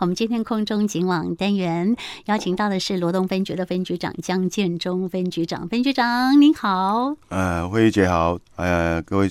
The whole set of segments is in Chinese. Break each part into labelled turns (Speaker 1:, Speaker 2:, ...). Speaker 1: 我们今天空中警网单元邀请到的是罗东分局的分局长江建忠分局长，分局长您好，
Speaker 2: 呃，慧玉姐好，呃，各位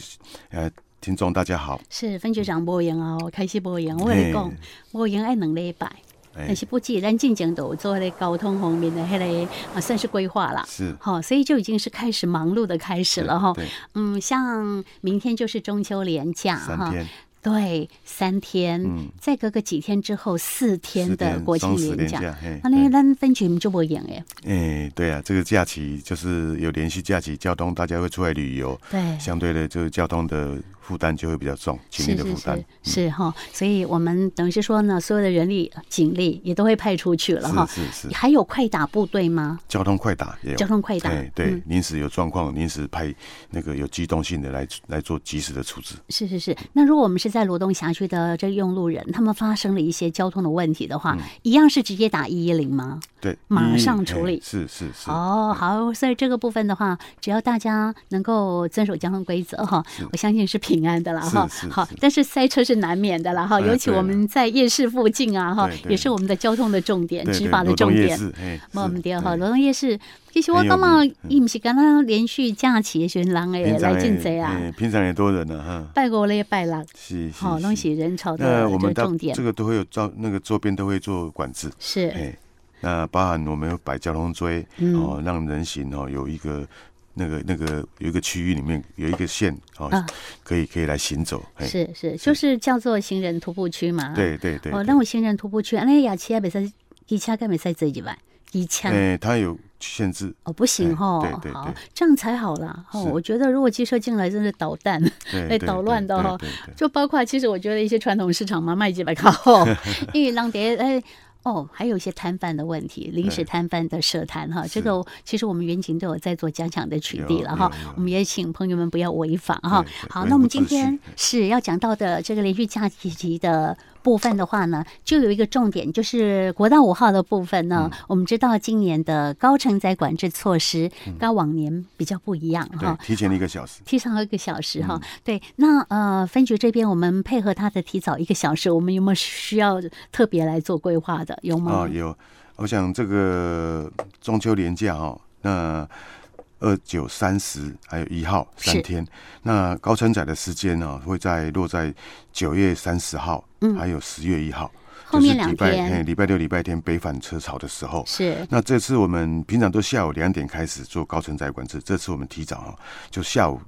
Speaker 2: 呃听众大家好，
Speaker 1: 是分局长无闲哦，开始无闲，我跟你讲
Speaker 2: 嘿，
Speaker 1: 无闲爱两礼拜，
Speaker 2: 哎、
Speaker 1: 但是不止咱进前都有做迄个交通方面的迄、个啊算是规划啦，
Speaker 2: 是
Speaker 1: 好、所以就已经是开始忙碌的开始了哈、
Speaker 2: 哎对，
Speaker 1: 嗯，像明天就是中秋连假
Speaker 2: 三
Speaker 1: 啊哈，
Speaker 2: 天，
Speaker 1: 对，三天，
Speaker 2: 嗯
Speaker 1: 再隔个几天之后四天
Speaker 2: 四
Speaker 1: 的国庆
Speaker 2: 双十
Speaker 1: 连
Speaker 2: 连
Speaker 1: 假。
Speaker 2: 假，嘿，
Speaker 1: 啊，那
Speaker 2: 对
Speaker 1: 咱分局就无用诶，
Speaker 2: 哎，对啊，这个假期就是有连续假期，交通大家会出来旅游，
Speaker 1: 对，
Speaker 2: 相对的，就是交通的负担就会比较重，警力
Speaker 1: 哎是
Speaker 2: 的
Speaker 1: 是
Speaker 2: 负担嗯
Speaker 1: 是是哈，所以我们等于是说呢，所有的人力、警力也都会派出去了哈。
Speaker 2: 是是是，
Speaker 1: 还有快打部队吗？
Speaker 2: 交通快打也有
Speaker 1: 交。通快打，嗯
Speaker 2: 哎，对，临时有状况，临时派那个有机动性的来来做及时的处置。
Speaker 1: 是是是。那如果我们是在罗东辖区的这用路人，他们发生了一些交通的问题的
Speaker 2: 嗯
Speaker 1: 话，一样是直接打一一零吗？
Speaker 2: 对，
Speaker 1: 马
Speaker 2: 一
Speaker 1: 上处
Speaker 2: 哎
Speaker 1: 理
Speaker 2: 是是是。
Speaker 1: 哦，好，所以这个部分的话，只要大家能够遵守交通规则哈，我相信是平安的啦哈
Speaker 2: 是。是
Speaker 1: 好
Speaker 2: 是，
Speaker 1: 但是塞车是难免的啦哈，
Speaker 2: 哎
Speaker 1: 尤其
Speaker 2: 对
Speaker 1: 我
Speaker 2: 了
Speaker 1: 们在夜市附近啊哈
Speaker 2: 对，对
Speaker 1: 也是我们的交通的重点，
Speaker 2: 对
Speaker 1: 执
Speaker 2: 对
Speaker 1: 法的
Speaker 2: 罗东
Speaker 1: 重
Speaker 2: 夜
Speaker 1: 点。
Speaker 2: 市嘿是
Speaker 1: 无毋对吼，
Speaker 2: 对
Speaker 1: 罗东夜市，其实我
Speaker 2: 很
Speaker 1: 感
Speaker 2: 有
Speaker 1: 觉
Speaker 2: 名
Speaker 1: 伊毋是敢若连续假期的时阵人会
Speaker 2: 平常
Speaker 1: 来真
Speaker 2: 也
Speaker 1: 济啊，
Speaker 2: 哎平常也多人呢、哈，
Speaker 1: 拜五礼拜六，
Speaker 2: 是是
Speaker 1: 吼，拢
Speaker 2: 是
Speaker 1: 是人潮的
Speaker 2: 那我
Speaker 1: 这个
Speaker 2: 们到
Speaker 1: 重点
Speaker 2: 这。个都会有照那个周边都会做管制，
Speaker 1: 是
Speaker 2: 哎，那包含我们有摆交通锥，
Speaker 1: 嗯
Speaker 2: 哦，让人行哦有一个那个那个有一个区域里面有一个线哦
Speaker 1: 啊，
Speaker 2: 可以可以来行走，哎，
Speaker 1: 是是，就是叫做行人徒步区嘛。，
Speaker 2: 对对对，
Speaker 1: 哦，
Speaker 2: 对
Speaker 1: 咱有行人徒步区，安尼也骑也袂使，机车敢袂使坐入 来，机车。
Speaker 2: 哎，它有限制，
Speaker 1: 哦，不行
Speaker 2: 哎
Speaker 1: 吼
Speaker 2: 对，对
Speaker 1: 好
Speaker 2: 对，
Speaker 1: 这样才好啦。哦，
Speaker 2: 是
Speaker 1: 我觉得如果机车进来，真是捣蛋。
Speaker 2: 对，
Speaker 1: 哎
Speaker 2: 对
Speaker 1: 捣乱的
Speaker 2: 对
Speaker 1: 哦
Speaker 2: 对对
Speaker 1: 就包括其实我觉得一些传统市场嘛，卖几百块哦后， 因为让别哎。哦，还有一些摊贩的问题，临时
Speaker 2: 对
Speaker 1: 摊贩的设摊哈，这
Speaker 2: 是
Speaker 1: 个其实我们远景都有在做加强的取缔了哈
Speaker 2: 有有有。
Speaker 1: 我们也请朋友们不要违法哈
Speaker 2: 对。对
Speaker 1: 好，
Speaker 2: 维
Speaker 1: 那我们
Speaker 2: 护
Speaker 1: 今
Speaker 2: 秩序
Speaker 1: 天是要讲到的这个连续假期的部分的话呢，就有一个重点，就是国道五号的部分呢，
Speaker 2: 嗯
Speaker 1: 我们知道今年的高承载管制措施
Speaker 2: 嗯
Speaker 1: 跟往年比较不一样哈
Speaker 2: 对，。提前一个小时，
Speaker 1: 提早一个小时哈、
Speaker 2: 嗯
Speaker 1: 对，那呃，分局这边我们配合他的提早一个小时，我们有没有需要特别来做规划的？有吗？
Speaker 2: 哦，有，我想这个中秋连假哈、哦，那二九、三十还有一号
Speaker 1: 是
Speaker 2: 三天，那高承载的时间呢、会在落在九月三十号，还有十月一号，
Speaker 1: 嗯后面
Speaker 2: 就是
Speaker 1: 两
Speaker 2: 礼拜嘿
Speaker 1: 天
Speaker 2: 礼拜六、礼拜天北返车潮的时候。
Speaker 1: 是
Speaker 2: 那这次我们平常都下午两点开始做高承载管制，这次我们提早哈、就下午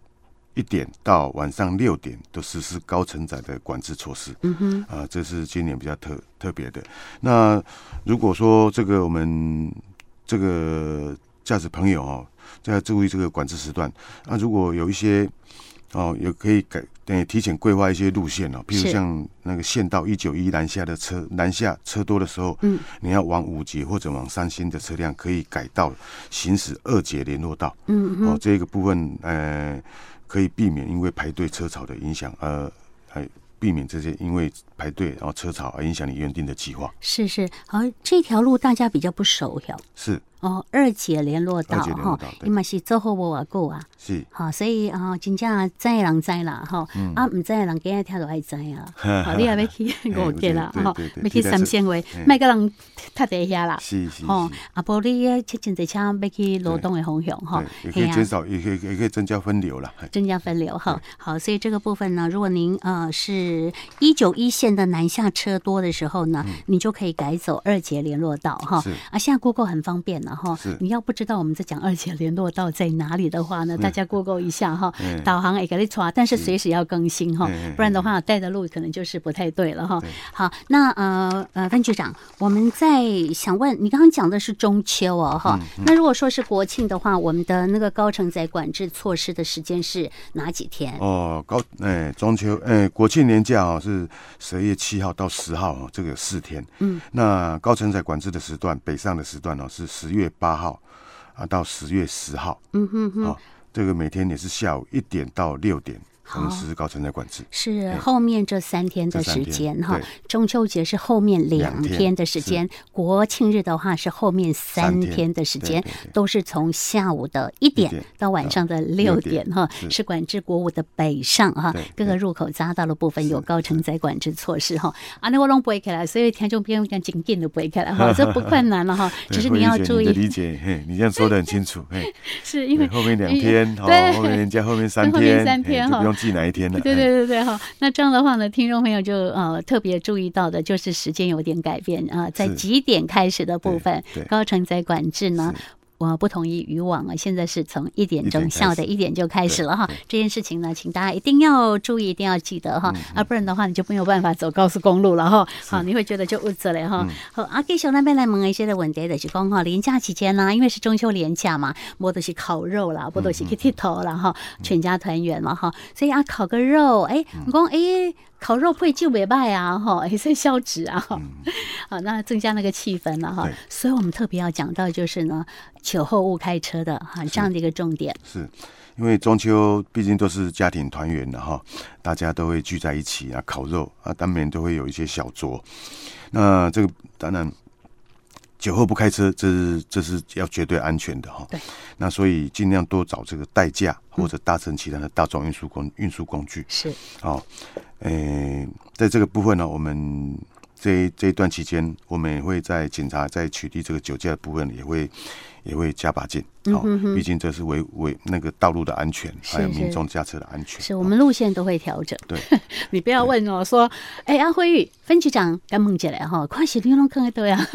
Speaker 2: 一点到晚上六点都实施高承载的管制措施。嗯哼，啊、这是今年比较特特别的。那如果说这个我们这个驾驶朋友哦，就要注意这个管制时段。那、如果有一些哦，有可以改，等于提前规划一些路线哦，譬
Speaker 1: 是
Speaker 2: 如像那个县道一九一南下的车，南下车多的时候，嗯，你要往五节或者往三星的车辆可以改道行驶二节联络道，嗯哦，这个部分呃可以避免因为排队车潮的影响，呃，还避免这些因为排队然后车潮而影响你原定的计划，
Speaker 1: 是是，好，这条路大家比较不熟哟。
Speaker 2: 是
Speaker 1: 哦，二姐联络道
Speaker 2: 二姐联络
Speaker 1: 哈
Speaker 2: 道，对
Speaker 1: 伊嘛是做好无偌久啊，
Speaker 2: 是。
Speaker 1: 哈，所以啊、真正知的人知啦，吼，
Speaker 2: 嗯
Speaker 1: 啊，毋知的人今日听就爱知 啊，好，你也要去五节啦，
Speaker 2: 对
Speaker 1: 吼
Speaker 2: 对，
Speaker 1: 要
Speaker 2: 对
Speaker 1: 去
Speaker 2: 记得
Speaker 1: 三
Speaker 2: 是
Speaker 1: 线位，
Speaker 2: 嘿
Speaker 1: 莫甲人踢地遐啦，
Speaker 2: 是是是，
Speaker 1: 吼，啊，无你迄七真侪车要去罗东的方向吼
Speaker 2: 对，，也可
Speaker 1: 嘿
Speaker 2: 以
Speaker 1: 啊
Speaker 2: 减少，也可以也可以增加分流了。嘿
Speaker 1: 增加分流哈。好，所以这个部分呢，如果您呃是一九一线的南下车多的时候呢，你就可以改走二节联络道哈
Speaker 2: 嗯是。
Speaker 1: 啊，现在 Google 很方便了哈
Speaker 2: 是。
Speaker 1: 你要不知道我们在讲二节联络道在哪里的话呢，大家 Google 一下 哈，
Speaker 2: 嗯
Speaker 1: 导航也给你抓，但是随时要更新哈
Speaker 2: 嗯嗯，嗯
Speaker 1: 不然的话带的路可能就是不太对了哈
Speaker 2: 对。
Speaker 1: 好，那呃呃，范局长，我们在想问你刚刚讲的是中秋哦哈，那如果说是国庆的话，我们的那个高承载管制措施的时间是哪几天？
Speaker 2: 哦，高哎、中秋哎、国庆年假哦是十月七号到十号哦，这个有四天。嗯，那高承载管制的时段，北上的时段哦是十月八号啊到十月十号。嗯哼哼，哦，这个每天也是下午一点到六点。我们实施高承载管制。
Speaker 1: 是
Speaker 2: 哎
Speaker 1: 后面这三天的
Speaker 2: 这三
Speaker 1: 时
Speaker 2: 天
Speaker 1: 间哈
Speaker 2: 对，
Speaker 1: 中秋节是后面两
Speaker 2: 两天
Speaker 1: 天的时间，国庆日的话是后面三
Speaker 2: 三天
Speaker 1: 天的时间
Speaker 2: 对对，对
Speaker 1: 都是从下午的一点
Speaker 2: 点
Speaker 1: 到晚上的
Speaker 2: 六
Speaker 1: 六
Speaker 2: 点
Speaker 1: 点哈，
Speaker 2: 是
Speaker 1: 是管制国五的北上哈
Speaker 2: 对，
Speaker 1: 各个
Speaker 2: 对
Speaker 1: 入口匝道的部分有
Speaker 2: 是
Speaker 1: 高承载管制措施哈。啊，那我拢不会开来，所以听众朋友讲紧紧的不会开来 哈，这不困难了哈，只
Speaker 2: 对
Speaker 1: 是
Speaker 2: 慧
Speaker 1: 你
Speaker 2: 玉
Speaker 1: 要
Speaker 2: 姐
Speaker 1: 注
Speaker 2: 你的
Speaker 1: 意，
Speaker 2: 理解，嘿，你这样说的很清楚，嘿，
Speaker 1: 是 因
Speaker 2: 对
Speaker 1: 为
Speaker 2: 后面两
Speaker 1: 因为
Speaker 2: 天，
Speaker 1: 对
Speaker 2: 哦，后面人家后面三
Speaker 1: 对 后面
Speaker 2: 天，
Speaker 1: 三
Speaker 2: 嘿
Speaker 1: 天
Speaker 2: 就
Speaker 1: 哈
Speaker 2: 不用记哪一天了，
Speaker 1: 对
Speaker 2: 嘿
Speaker 1: 对对对哈，那这样的话呢，听众朋友就呃特别注意到的就是时间有点改变啊、在
Speaker 2: 是
Speaker 1: 几点开始的部分
Speaker 2: 对，对
Speaker 1: 高承载管制呢
Speaker 2: 是。
Speaker 1: 我不同意以往啊，现在是从一点
Speaker 2: 一点
Speaker 1: 钟，
Speaker 2: 开
Speaker 1: 下午的
Speaker 2: 始
Speaker 1: 一点就开始
Speaker 2: 对
Speaker 1: 了哈
Speaker 2: 对。
Speaker 1: 这件事情呢，请大家一定要注意，一定要记得
Speaker 2: 嗯
Speaker 1: 哈，啊，不然的话你就没有办法走高速公路了哈。好，你会觉得就误责了哈。
Speaker 2: 嗯
Speaker 1: 好，啊，继续咱要来问一些的问题，就是讲哈，连假期间呢，因为是中秋连假嘛，无都是烤肉
Speaker 2: 嗯
Speaker 1: 啦，无都是去剃头啦哈，全家团圆嘛哈，所以啊，烤个肉，哎、
Speaker 2: 嗯
Speaker 1: 我讲哎，烤肉配酒袂歹啊哈，也是消脂啊哈，
Speaker 2: 嗯
Speaker 1: 好，那增加那个气氛了哈
Speaker 2: 对。
Speaker 1: 所以我们特别要讲到就是呢，酒后勿开车的哈这样的一个重点，
Speaker 2: 是因为中秋毕竟都是家庭团圆的哈，大家都会聚在一起啊，烤肉啊，难免都会有一些小酌。那这个当然，酒后不开车，这是这是要绝对安全的哈。
Speaker 1: 对。
Speaker 2: 那所以尽量多找这个代驾或者搭乘其他的大众运输工运输工具。
Speaker 1: 是
Speaker 2: 好，诶、在这个部分呢，我们这一这一段期间，我们也会在警察在取缔这个酒驾的部分，也会也会加把劲。好、毕竟这是维维那个道路的安全，还有
Speaker 1: 嗯是
Speaker 2: 民众驾车的安全。
Speaker 1: 是我们路线都会调整。
Speaker 2: 对，
Speaker 1: 你不要问我说，哎、阿辉玉分局长敢问一下哈，看是你拢坑的 对啊，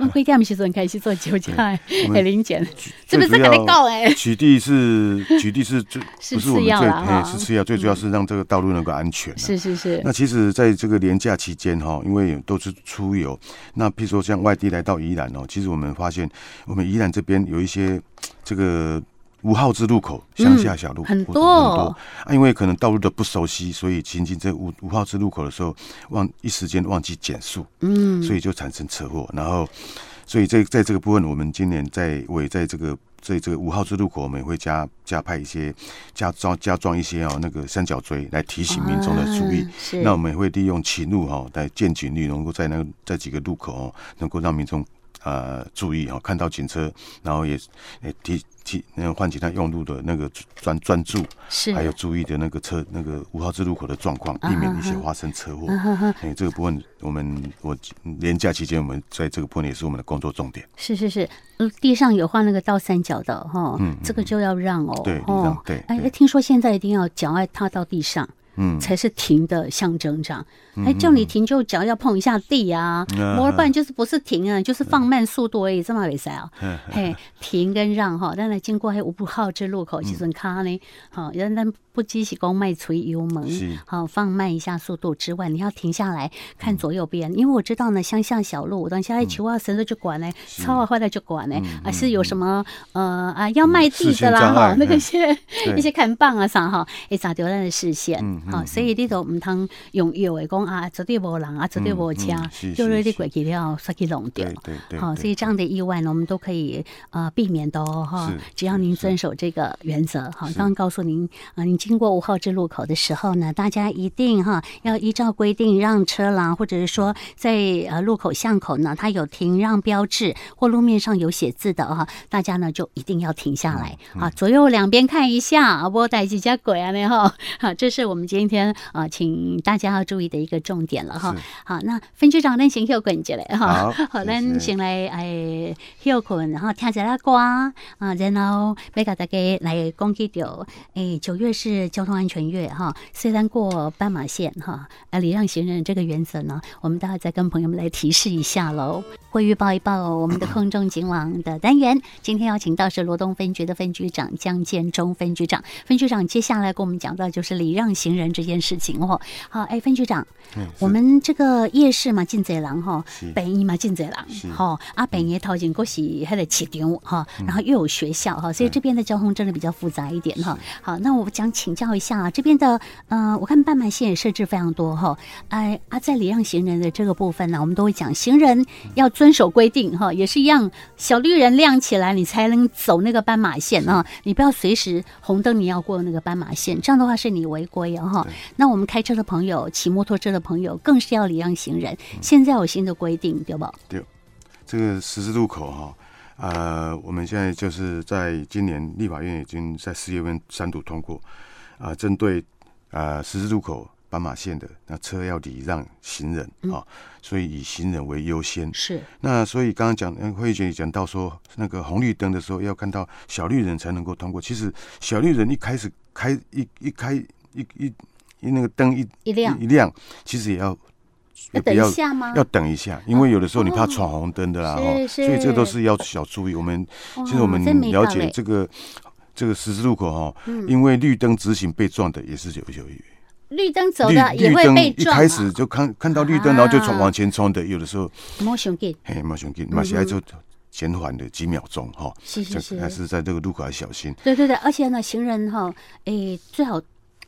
Speaker 1: 我几点时阵开始做酒哎驾的
Speaker 2: 我们
Speaker 1: 的零 检，是
Speaker 2: 最
Speaker 1: 不是
Speaker 2: 主
Speaker 1: 跟你
Speaker 2: 要
Speaker 1: 告哎？
Speaker 2: 取缔是取缔是最
Speaker 1: 是
Speaker 2: 不是
Speaker 1: 次
Speaker 2: 我们
Speaker 1: 要
Speaker 2: 最
Speaker 1: 啦哈嗯
Speaker 2: 嘿是次要，最主要是让这个道路能够安全、啊。
Speaker 1: 是是是，
Speaker 2: 那其实在这个年假期间哈，因为都是出游，那譬如说像外地来到宜兰哦，其实我们发现我们宜兰这边有一些这个无号志路口、乡下小路、
Speaker 1: 嗯很
Speaker 2: 或者
Speaker 1: 多哦
Speaker 2: 很多啊，因为可能道路的不熟悉，所以行进这无无号志路口的时候，忘一时间忘记减速，
Speaker 1: 嗯，
Speaker 2: 所以就产生车祸，然后。所以在在这个部分，我们今年在我也在这个在这个五号之路口，我们也会加加派一些加装加装一些哦那个三角锥来提醒民众的注意
Speaker 1: 啊。是
Speaker 2: 那我们也会利用勤路哈、来建警率，能够在那在几个路口哦，能够让民众呃注意哈、看到警车，然后也也提提那个唤起他用路的那个专专注，
Speaker 1: 是
Speaker 2: 还有注意的那个车那个五号至路口的状况，避免一些发生车祸。哎，这个部分我们我年假期间，我们在这个部分也是我们的工作重点。
Speaker 1: 是是是，呃地上有画那个倒三角的哈，
Speaker 2: 嗯
Speaker 1: 这个就要让哦，
Speaker 2: 对礼
Speaker 1: 哦
Speaker 2: 让，对
Speaker 1: 哎
Speaker 2: 对，
Speaker 1: 听说现在一定要脚要踏到地上。
Speaker 2: 嗯
Speaker 1: 才是停的象征，这样。哎，叫你停就脚要碰一下地啊，
Speaker 2: 嗯
Speaker 1: 摩尔半就是不是停啊，就是放慢速度而已，这么比赛啊。嘿，停跟让哈，咱来经过迄五号之路口时阵卡呢，好，咱咱不只是讲卖催油门
Speaker 2: 是，
Speaker 1: 好放慢一下速度之外，你要停下来看左右边，因为我知道呢，乡下小路，当下哎求啊，绳子就管呢，超啊坏了就管呢，还是有什么呃啊要卖地
Speaker 2: 视
Speaker 1: 的
Speaker 2: 线
Speaker 1: 啦
Speaker 2: 障
Speaker 1: 哈
Speaker 2: 碍，
Speaker 1: 那个
Speaker 2: 嗯
Speaker 1: 些。一
Speaker 2: 对
Speaker 1: 些看棒啊啥吼，会砸掉咱的视线。
Speaker 2: 嗯嗯
Speaker 1: 啊，所以你都毋通用药的讲啊，绝对无人啊，绝对无车
Speaker 2: 嗯，是
Speaker 1: 就是你
Speaker 2: 是
Speaker 1: 过去了，煞去弄掉
Speaker 2: 对。对对，
Speaker 1: 好，
Speaker 2: 对
Speaker 1: 所以这样的意外呢，我们都可以呃避免的哦哈
Speaker 2: 是。
Speaker 1: 只要您
Speaker 2: 是
Speaker 1: 遵守这个原则，好，刚刚告诉您啊、您经过五号至路口的时候呢，大家一定哈要依照规定让车啦，或者是说在呃路口巷口呢，它有停让标志或路面上有写字的哈，大家呢就一定要停下来、
Speaker 2: 嗯
Speaker 1: 啊，左右两边看一下，啊，不带几家鬼啊那哈，好，这是我们今天啊、呃请大家要注意的一个重点了哈
Speaker 2: 是。
Speaker 1: 好，那分局长咱先休困一下哈，
Speaker 2: 好
Speaker 1: 好，
Speaker 2: 谢
Speaker 1: 咱
Speaker 2: 谢
Speaker 1: 先来哎休困，然后听一下歌啊，然后要甲大家来讲起着，哎，九月是交通安全月哈，虽然过斑马线哈，啊，礼让行人这个原则呢，我们待会再跟朋友们来提示一下喽。会预报一报我们的空中警网的单元，今天邀请到是罗东分局的分局长江建忠分局长，分局长接下来跟我们讲到就是礼让行人这件事情哦。好，哎，分局长，
Speaker 2: 嗯
Speaker 1: 我们这个夜市嘛，进贼狼哈
Speaker 2: 是，
Speaker 1: 北医嘛，进贼狼
Speaker 2: 是嗯
Speaker 1: 哈，啊，北爷头前过是还得起场哈，然后又有学校哈，所以这边的交通真的比较复杂一点哈。好，那我想请教一下啊，这边的呃，我看斑马
Speaker 2: 嗯
Speaker 1: 线也设置非常多哈，哎啊，在礼让行人的这个部分呢，我们都会讲行人要遵守规定哈，也是一样，小绿人亮起来，你才能走那个斑马线啊！你不要随时红灯你要过那个斑马线，这样的话是你违规啊哈。那我们开车的朋友、骑摩托车的朋友，更是要礼让行人。
Speaker 2: 嗯
Speaker 1: 现在有新的规定，对不？
Speaker 2: 这个十字路口哈、呃，我们现在就是在今年立法院已经在四月份三读通过，啊、针对呃十字路口斑马线的那车要礼让行人啊、所以以行人为优先。
Speaker 1: 是
Speaker 2: 那所以刚刚讲，嗯，慧姐也讲到说，那个红绿灯的时候要看到小绿人才能够通过。其实小绿人一开始开一一开一一一那个灯一
Speaker 1: 一辆
Speaker 2: 一亮，其实也要
Speaker 1: 要
Speaker 2: 也
Speaker 1: 等
Speaker 2: 不
Speaker 1: 一
Speaker 2: 要
Speaker 1: 下吗？
Speaker 2: 要等一下，因为有的时候你怕
Speaker 1: 哦
Speaker 2: 闯红灯的啦，
Speaker 1: 是
Speaker 2: 哦，所以这
Speaker 1: 是
Speaker 2: 都是要小注意。我们其实
Speaker 1: 哇
Speaker 2: 我们
Speaker 1: 真没嗯
Speaker 2: 了
Speaker 1: 到
Speaker 2: 解
Speaker 1: 嘞
Speaker 2: 这个这个十字路口哈，因为绿灯直行被撞的也是有有有
Speaker 1: 绿灯走
Speaker 2: 绿
Speaker 1: 的也
Speaker 2: 绿
Speaker 1: 会
Speaker 2: 灯
Speaker 1: 被
Speaker 2: 一
Speaker 1: 撞啊。
Speaker 2: 开始就看看到绿灯，然后就
Speaker 1: 啊
Speaker 2: 冲往前冲的，有的时候
Speaker 1: 莫熊给，
Speaker 2: 嘿，马兄弟，马起来就减缓了几秒钟哈，
Speaker 1: 是是
Speaker 2: 这
Speaker 1: 是，
Speaker 2: 还是在这个路口要小心。
Speaker 1: 对对对，而且呢，行人哈，诶、最好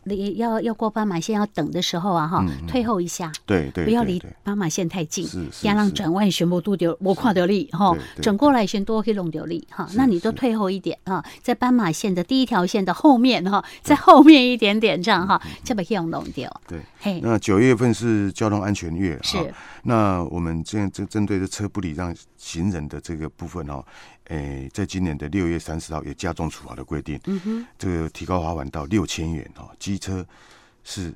Speaker 1: 离要要过斑马线要等的时候啊，
Speaker 2: 嗯
Speaker 1: 哈、退后一下，
Speaker 2: 对对，
Speaker 1: 不要
Speaker 2: 对
Speaker 1: 离
Speaker 2: 对
Speaker 1: 斑马线太近
Speaker 2: 是，是
Speaker 1: 要让
Speaker 2: 是
Speaker 1: 转弯全部都丢，我跨掉力哈
Speaker 2: 对，对
Speaker 1: 转过来先多可以弄掉力哈，
Speaker 2: 是
Speaker 1: 那你就是退后一点啊，在斑马线的第一条线的后面哈，
Speaker 2: 嗯
Speaker 1: 在后面一点点这样哈，这把可以弄掉，
Speaker 2: 对。
Speaker 1: 嘿，
Speaker 2: 那九月份是交通安全月
Speaker 1: 是
Speaker 2: 哈，那我们现在针针对这车不礼让行人的这个部分哈，诶、在今年的六月三十号也加重处罚的规定，嗯哼，这个提高罚款到六千元哈，机车是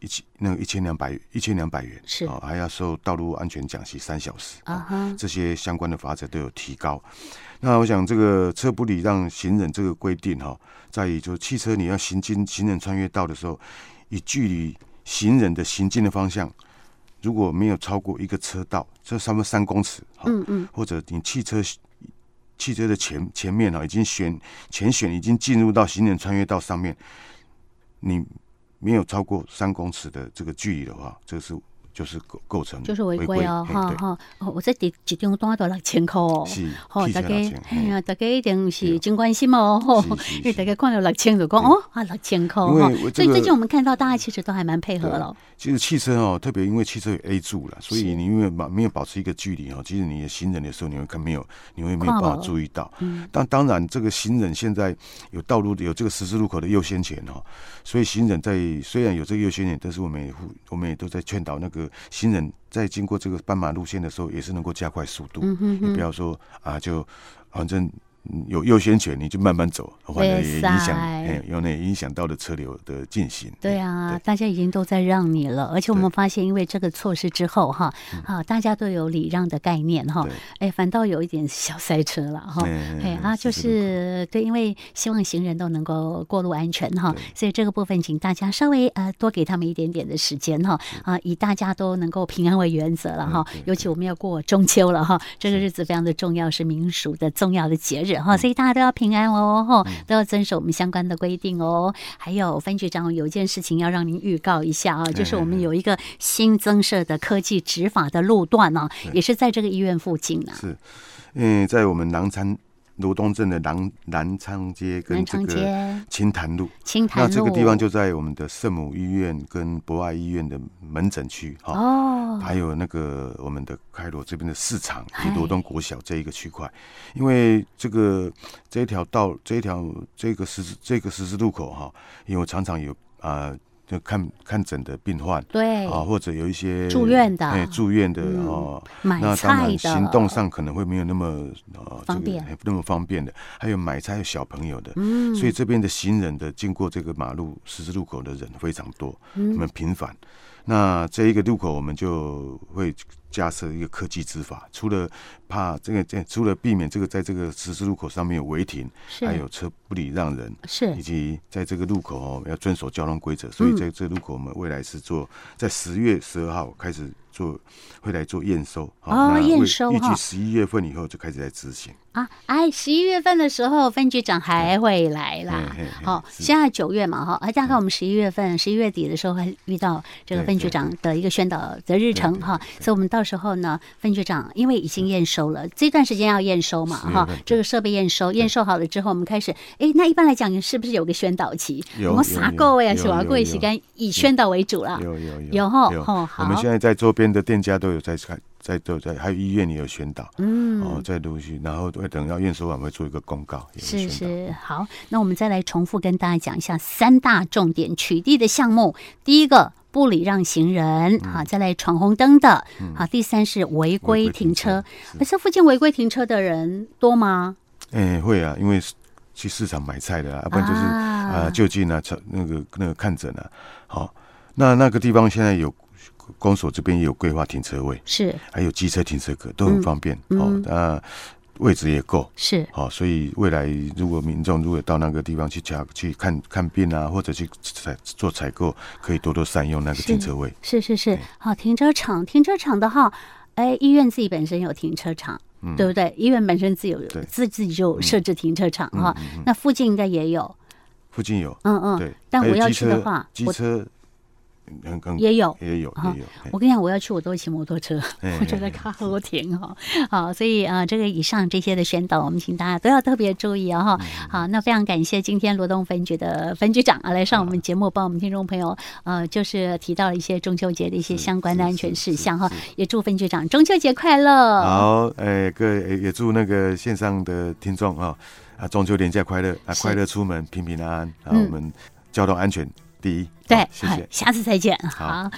Speaker 2: 一千那个一千两百一千两百元
Speaker 1: 是
Speaker 2: 哦，还要受道路安全讲习三小时
Speaker 1: 啊哈，
Speaker 2: 这些相关的法则都有提高。那我想，这个车不礼让行人这个规定哈、在于就是汽车你要行经行人穿越道的时候，以距离行人的行进的方向，如果没有超过一个车道，这差不多三公尺，哈、
Speaker 1: 嗯嗯，
Speaker 2: 或者你汽车汽车的前前面啊，已经选前选已经进入到行人穿越道上面，你没有超过三公尺的这个距离的话，这是就是构构成
Speaker 1: 就是违规哦，
Speaker 2: 嘿
Speaker 1: 哈
Speaker 2: 对
Speaker 1: 哈，哦，我这一一张单都六千块哦。
Speaker 2: 是，
Speaker 1: 吼，
Speaker 2: 汽车
Speaker 1: 大家
Speaker 2: 六千，
Speaker 1: 哎
Speaker 2: 嘿
Speaker 1: 呀，大家一定是真关心哦，吼，
Speaker 2: 是是
Speaker 1: 因为
Speaker 2: 是
Speaker 1: 大家看到六千就讲哦，啊六千块
Speaker 2: 因为
Speaker 1: 哈
Speaker 2: 我，
Speaker 1: 所
Speaker 2: 这
Speaker 1: 以
Speaker 2: 个
Speaker 1: 最近我们看到大家其实都还蛮配合了，
Speaker 2: 其实汽车哦，特别因为汽车有 A 柱了，所
Speaker 1: 是
Speaker 2: 以你因为保没有保持一个距离哦，其实你的行人的时候，你会看没有，你会没有
Speaker 1: 跨
Speaker 2: 办法
Speaker 1: 了
Speaker 2: 注意到。
Speaker 1: 嗯
Speaker 2: 但当然，这个行人现在有道路有这个十字路口的优先权哦，所以行人在虽然有这个优先权，但是我们也呼我们也都在劝导那个行人在经过这个斑马路线的时候，也是能够加快速度，
Speaker 1: 嗯
Speaker 2: 你不要说啊就反正。嗯有优先权，你就慢慢走，反正也影
Speaker 1: 塞
Speaker 2: 响，哎，有那也影响到了车流的进行。
Speaker 1: 对
Speaker 2: 哎
Speaker 1: 啊
Speaker 2: 对，
Speaker 1: 大家已经都在让你了，而且我们发现，因为这个措施之后哈，啊，大家都有礼让的概念哈
Speaker 2: 嗯对，
Speaker 1: 哎，反倒有一点小塞车了哈。
Speaker 2: 哎
Speaker 1: 哎啊，就
Speaker 2: 十字路
Speaker 1: 是
Speaker 2: 口
Speaker 1: 对，因为希望行人都能够过路安全哈
Speaker 2: 对，
Speaker 1: 所以这个部分请大家稍微呃多给他们一点点的时间哈啊，以大家都能够平安为原则了哈
Speaker 2: 嗯对。
Speaker 1: 尤其我们要过中秋了哈，这个日子非常的重要，是民俗的重要的节日
Speaker 2: 嗯
Speaker 1: 哈，所以大家都要平安哦哈，都要遵守我们相关的规定哦。还有分局长有一件事情要让您预告一下啊，
Speaker 2: 哎
Speaker 1: 就是我们有一个新增设的科技执法的路段呢、也是在这个医院附近啊呢、
Speaker 2: 是，嗯，在我们南昌罗东镇的南南昌街跟
Speaker 1: 南
Speaker 2: 这
Speaker 1: 昌
Speaker 2: 个
Speaker 1: 街、
Speaker 2: 清潭路，
Speaker 1: 青潭
Speaker 2: 那
Speaker 1: 路
Speaker 2: 这个地方就在我们的圣母医院跟博爱医院的门诊区哈。
Speaker 1: 哦，
Speaker 2: 还有那个我们的开罗这边的市场以
Speaker 1: 哎
Speaker 2: 及罗东国小这一个区块，因为这个这一条道这一条这个十字这个十字路口哈，因为我常常有啊、呃就看看诊的病患
Speaker 1: 对，
Speaker 2: 啊，或者有一些
Speaker 1: 哎住院的
Speaker 2: 哎住院的
Speaker 1: 嗯
Speaker 2: 哦，
Speaker 1: 买
Speaker 2: 那当
Speaker 1: 菜
Speaker 2: 然，
Speaker 1: 的
Speaker 2: 行动上可能会没有那么呃
Speaker 1: 方
Speaker 2: 这个
Speaker 1: 便嗯
Speaker 2: 哎那么方便的。还有买菜有小朋友的，所以这边的行人的经过这个马路十字路口的人非常多，
Speaker 1: 嗯
Speaker 2: 很频繁。那这一个路口，我们就会架设一个科技执法，除了怕这个，这除了避免这个在这个十字路口上面有违停，
Speaker 1: 是
Speaker 2: 还有车不礼让人，以
Speaker 1: 是
Speaker 2: 及在这个路口哦，要遵守交通规则，
Speaker 1: 嗯
Speaker 2: 所以在这个路口我们未来是做在十月十二号开始做，会来做验收。好
Speaker 1: 哦
Speaker 2: 那
Speaker 1: 验
Speaker 2: 会
Speaker 1: 收
Speaker 2: 预计
Speaker 1: 哈
Speaker 2: 十一月份以后就开始来执行。
Speaker 1: 啊，哎，十一月份的时候分局长还会来啦
Speaker 2: 嘿嘿。嘿
Speaker 1: 好，
Speaker 2: 是
Speaker 1: 现在九月嘛哈，啊，大概我们十一月份、十一月底的时候会遇到这个
Speaker 2: 对
Speaker 1: 分局
Speaker 2: 对
Speaker 1: 长的一个宣导的日程
Speaker 2: 对对
Speaker 1: 哈，所以我们到时候呢，分局长因为已经验收了，这段时间要验收嘛
Speaker 2: 10月
Speaker 1: 哈
Speaker 2: 份，
Speaker 1: 这个设备验收，验收好了之后，我们开始，哎，那一般来讲是不是有个宣导期？
Speaker 2: 有
Speaker 1: 我们
Speaker 2: 有
Speaker 1: 撒啊
Speaker 2: 有
Speaker 1: 够呀，
Speaker 2: 有
Speaker 1: 是吧？
Speaker 2: 有
Speaker 1: 过一
Speaker 2: 有
Speaker 1: 时间以宣导为主啦。
Speaker 2: 有有有
Speaker 1: 啊有吼吼哦
Speaker 2: 我们
Speaker 1: 好
Speaker 2: 现在在周边的店家都有在开在都在，还有医院也有宣导，嗯，哦，在陆续，然后会等到验收晚会做一个公告，也会
Speaker 1: 是
Speaker 2: 宣导。
Speaker 1: 是，好，那我们再来重复跟大家讲一下三大重点取缔的项目。第一个，不礼让行人，好、再来闯红灯的，好、第三是违规
Speaker 2: 嗯规停
Speaker 1: 停车
Speaker 2: 车。
Speaker 1: 那这附近违规停车的人多吗？
Speaker 2: 哎、会啊，因为是去市场买菜的啊，要不然就是
Speaker 1: 啊
Speaker 2: 啊、就近啊，查那个那个看诊啊，好、那那个地方现在有公所这边也有规划停车位，
Speaker 1: 是
Speaker 2: 还有机车停车格都很方便，哦
Speaker 1: 嗯，
Speaker 2: 那位置也够，
Speaker 1: 是，
Speaker 2: 好、所以未来如果民众如果到那个地方去查去看看病啊，或者去采做采购，可以多多善用那个
Speaker 1: 是
Speaker 2: 停车位。
Speaker 1: 是是是，好、停车场，停车场的话，哎，医院自己本身有停车场，对不对？医院本身自己有
Speaker 2: 嗯对嗯
Speaker 1: 自自己就有设置停车场哈、那附近应该也有，
Speaker 2: 附近有，
Speaker 1: 嗯嗯，
Speaker 2: 嗯对，
Speaker 1: 但
Speaker 2: 还
Speaker 1: 我
Speaker 2: 有
Speaker 1: 要
Speaker 2: 机
Speaker 1: 去的
Speaker 2: 车
Speaker 1: 话
Speaker 2: 机
Speaker 1: 我
Speaker 2: 车嗯很很
Speaker 1: 也有。
Speaker 2: 也有
Speaker 1: 啊
Speaker 2: 也有，嘿
Speaker 1: 我跟你讲，我要去我都会骑摩托车，
Speaker 2: 哎
Speaker 1: 我觉得卡好甜哦。好，所以啊、呃这个以上这些的宣导，我们请大家都要特别注意哦。哈
Speaker 2: 嗯
Speaker 1: 好，那非常感谢今天罗东分局的分局长啊来上我们节目，帮我们听众朋友呃，就是提到了一些中秋节的一些
Speaker 2: 是
Speaker 1: 相关的
Speaker 2: 是
Speaker 1: 安全
Speaker 2: 是
Speaker 1: 事
Speaker 2: 是
Speaker 1: 项哈
Speaker 2: 是。
Speaker 1: 也祝分局长中秋节快乐。
Speaker 2: 好，哎，各位哎也祝那个线上的听众啊啊中秋连假快乐啊，
Speaker 1: 是
Speaker 2: 快乐出门，平平安安啊，
Speaker 1: 嗯
Speaker 2: 我们交通安全第一。
Speaker 1: 对
Speaker 2: 好，谢
Speaker 1: 好
Speaker 2: 谢。
Speaker 1: 下次再见。
Speaker 2: 好
Speaker 1: 好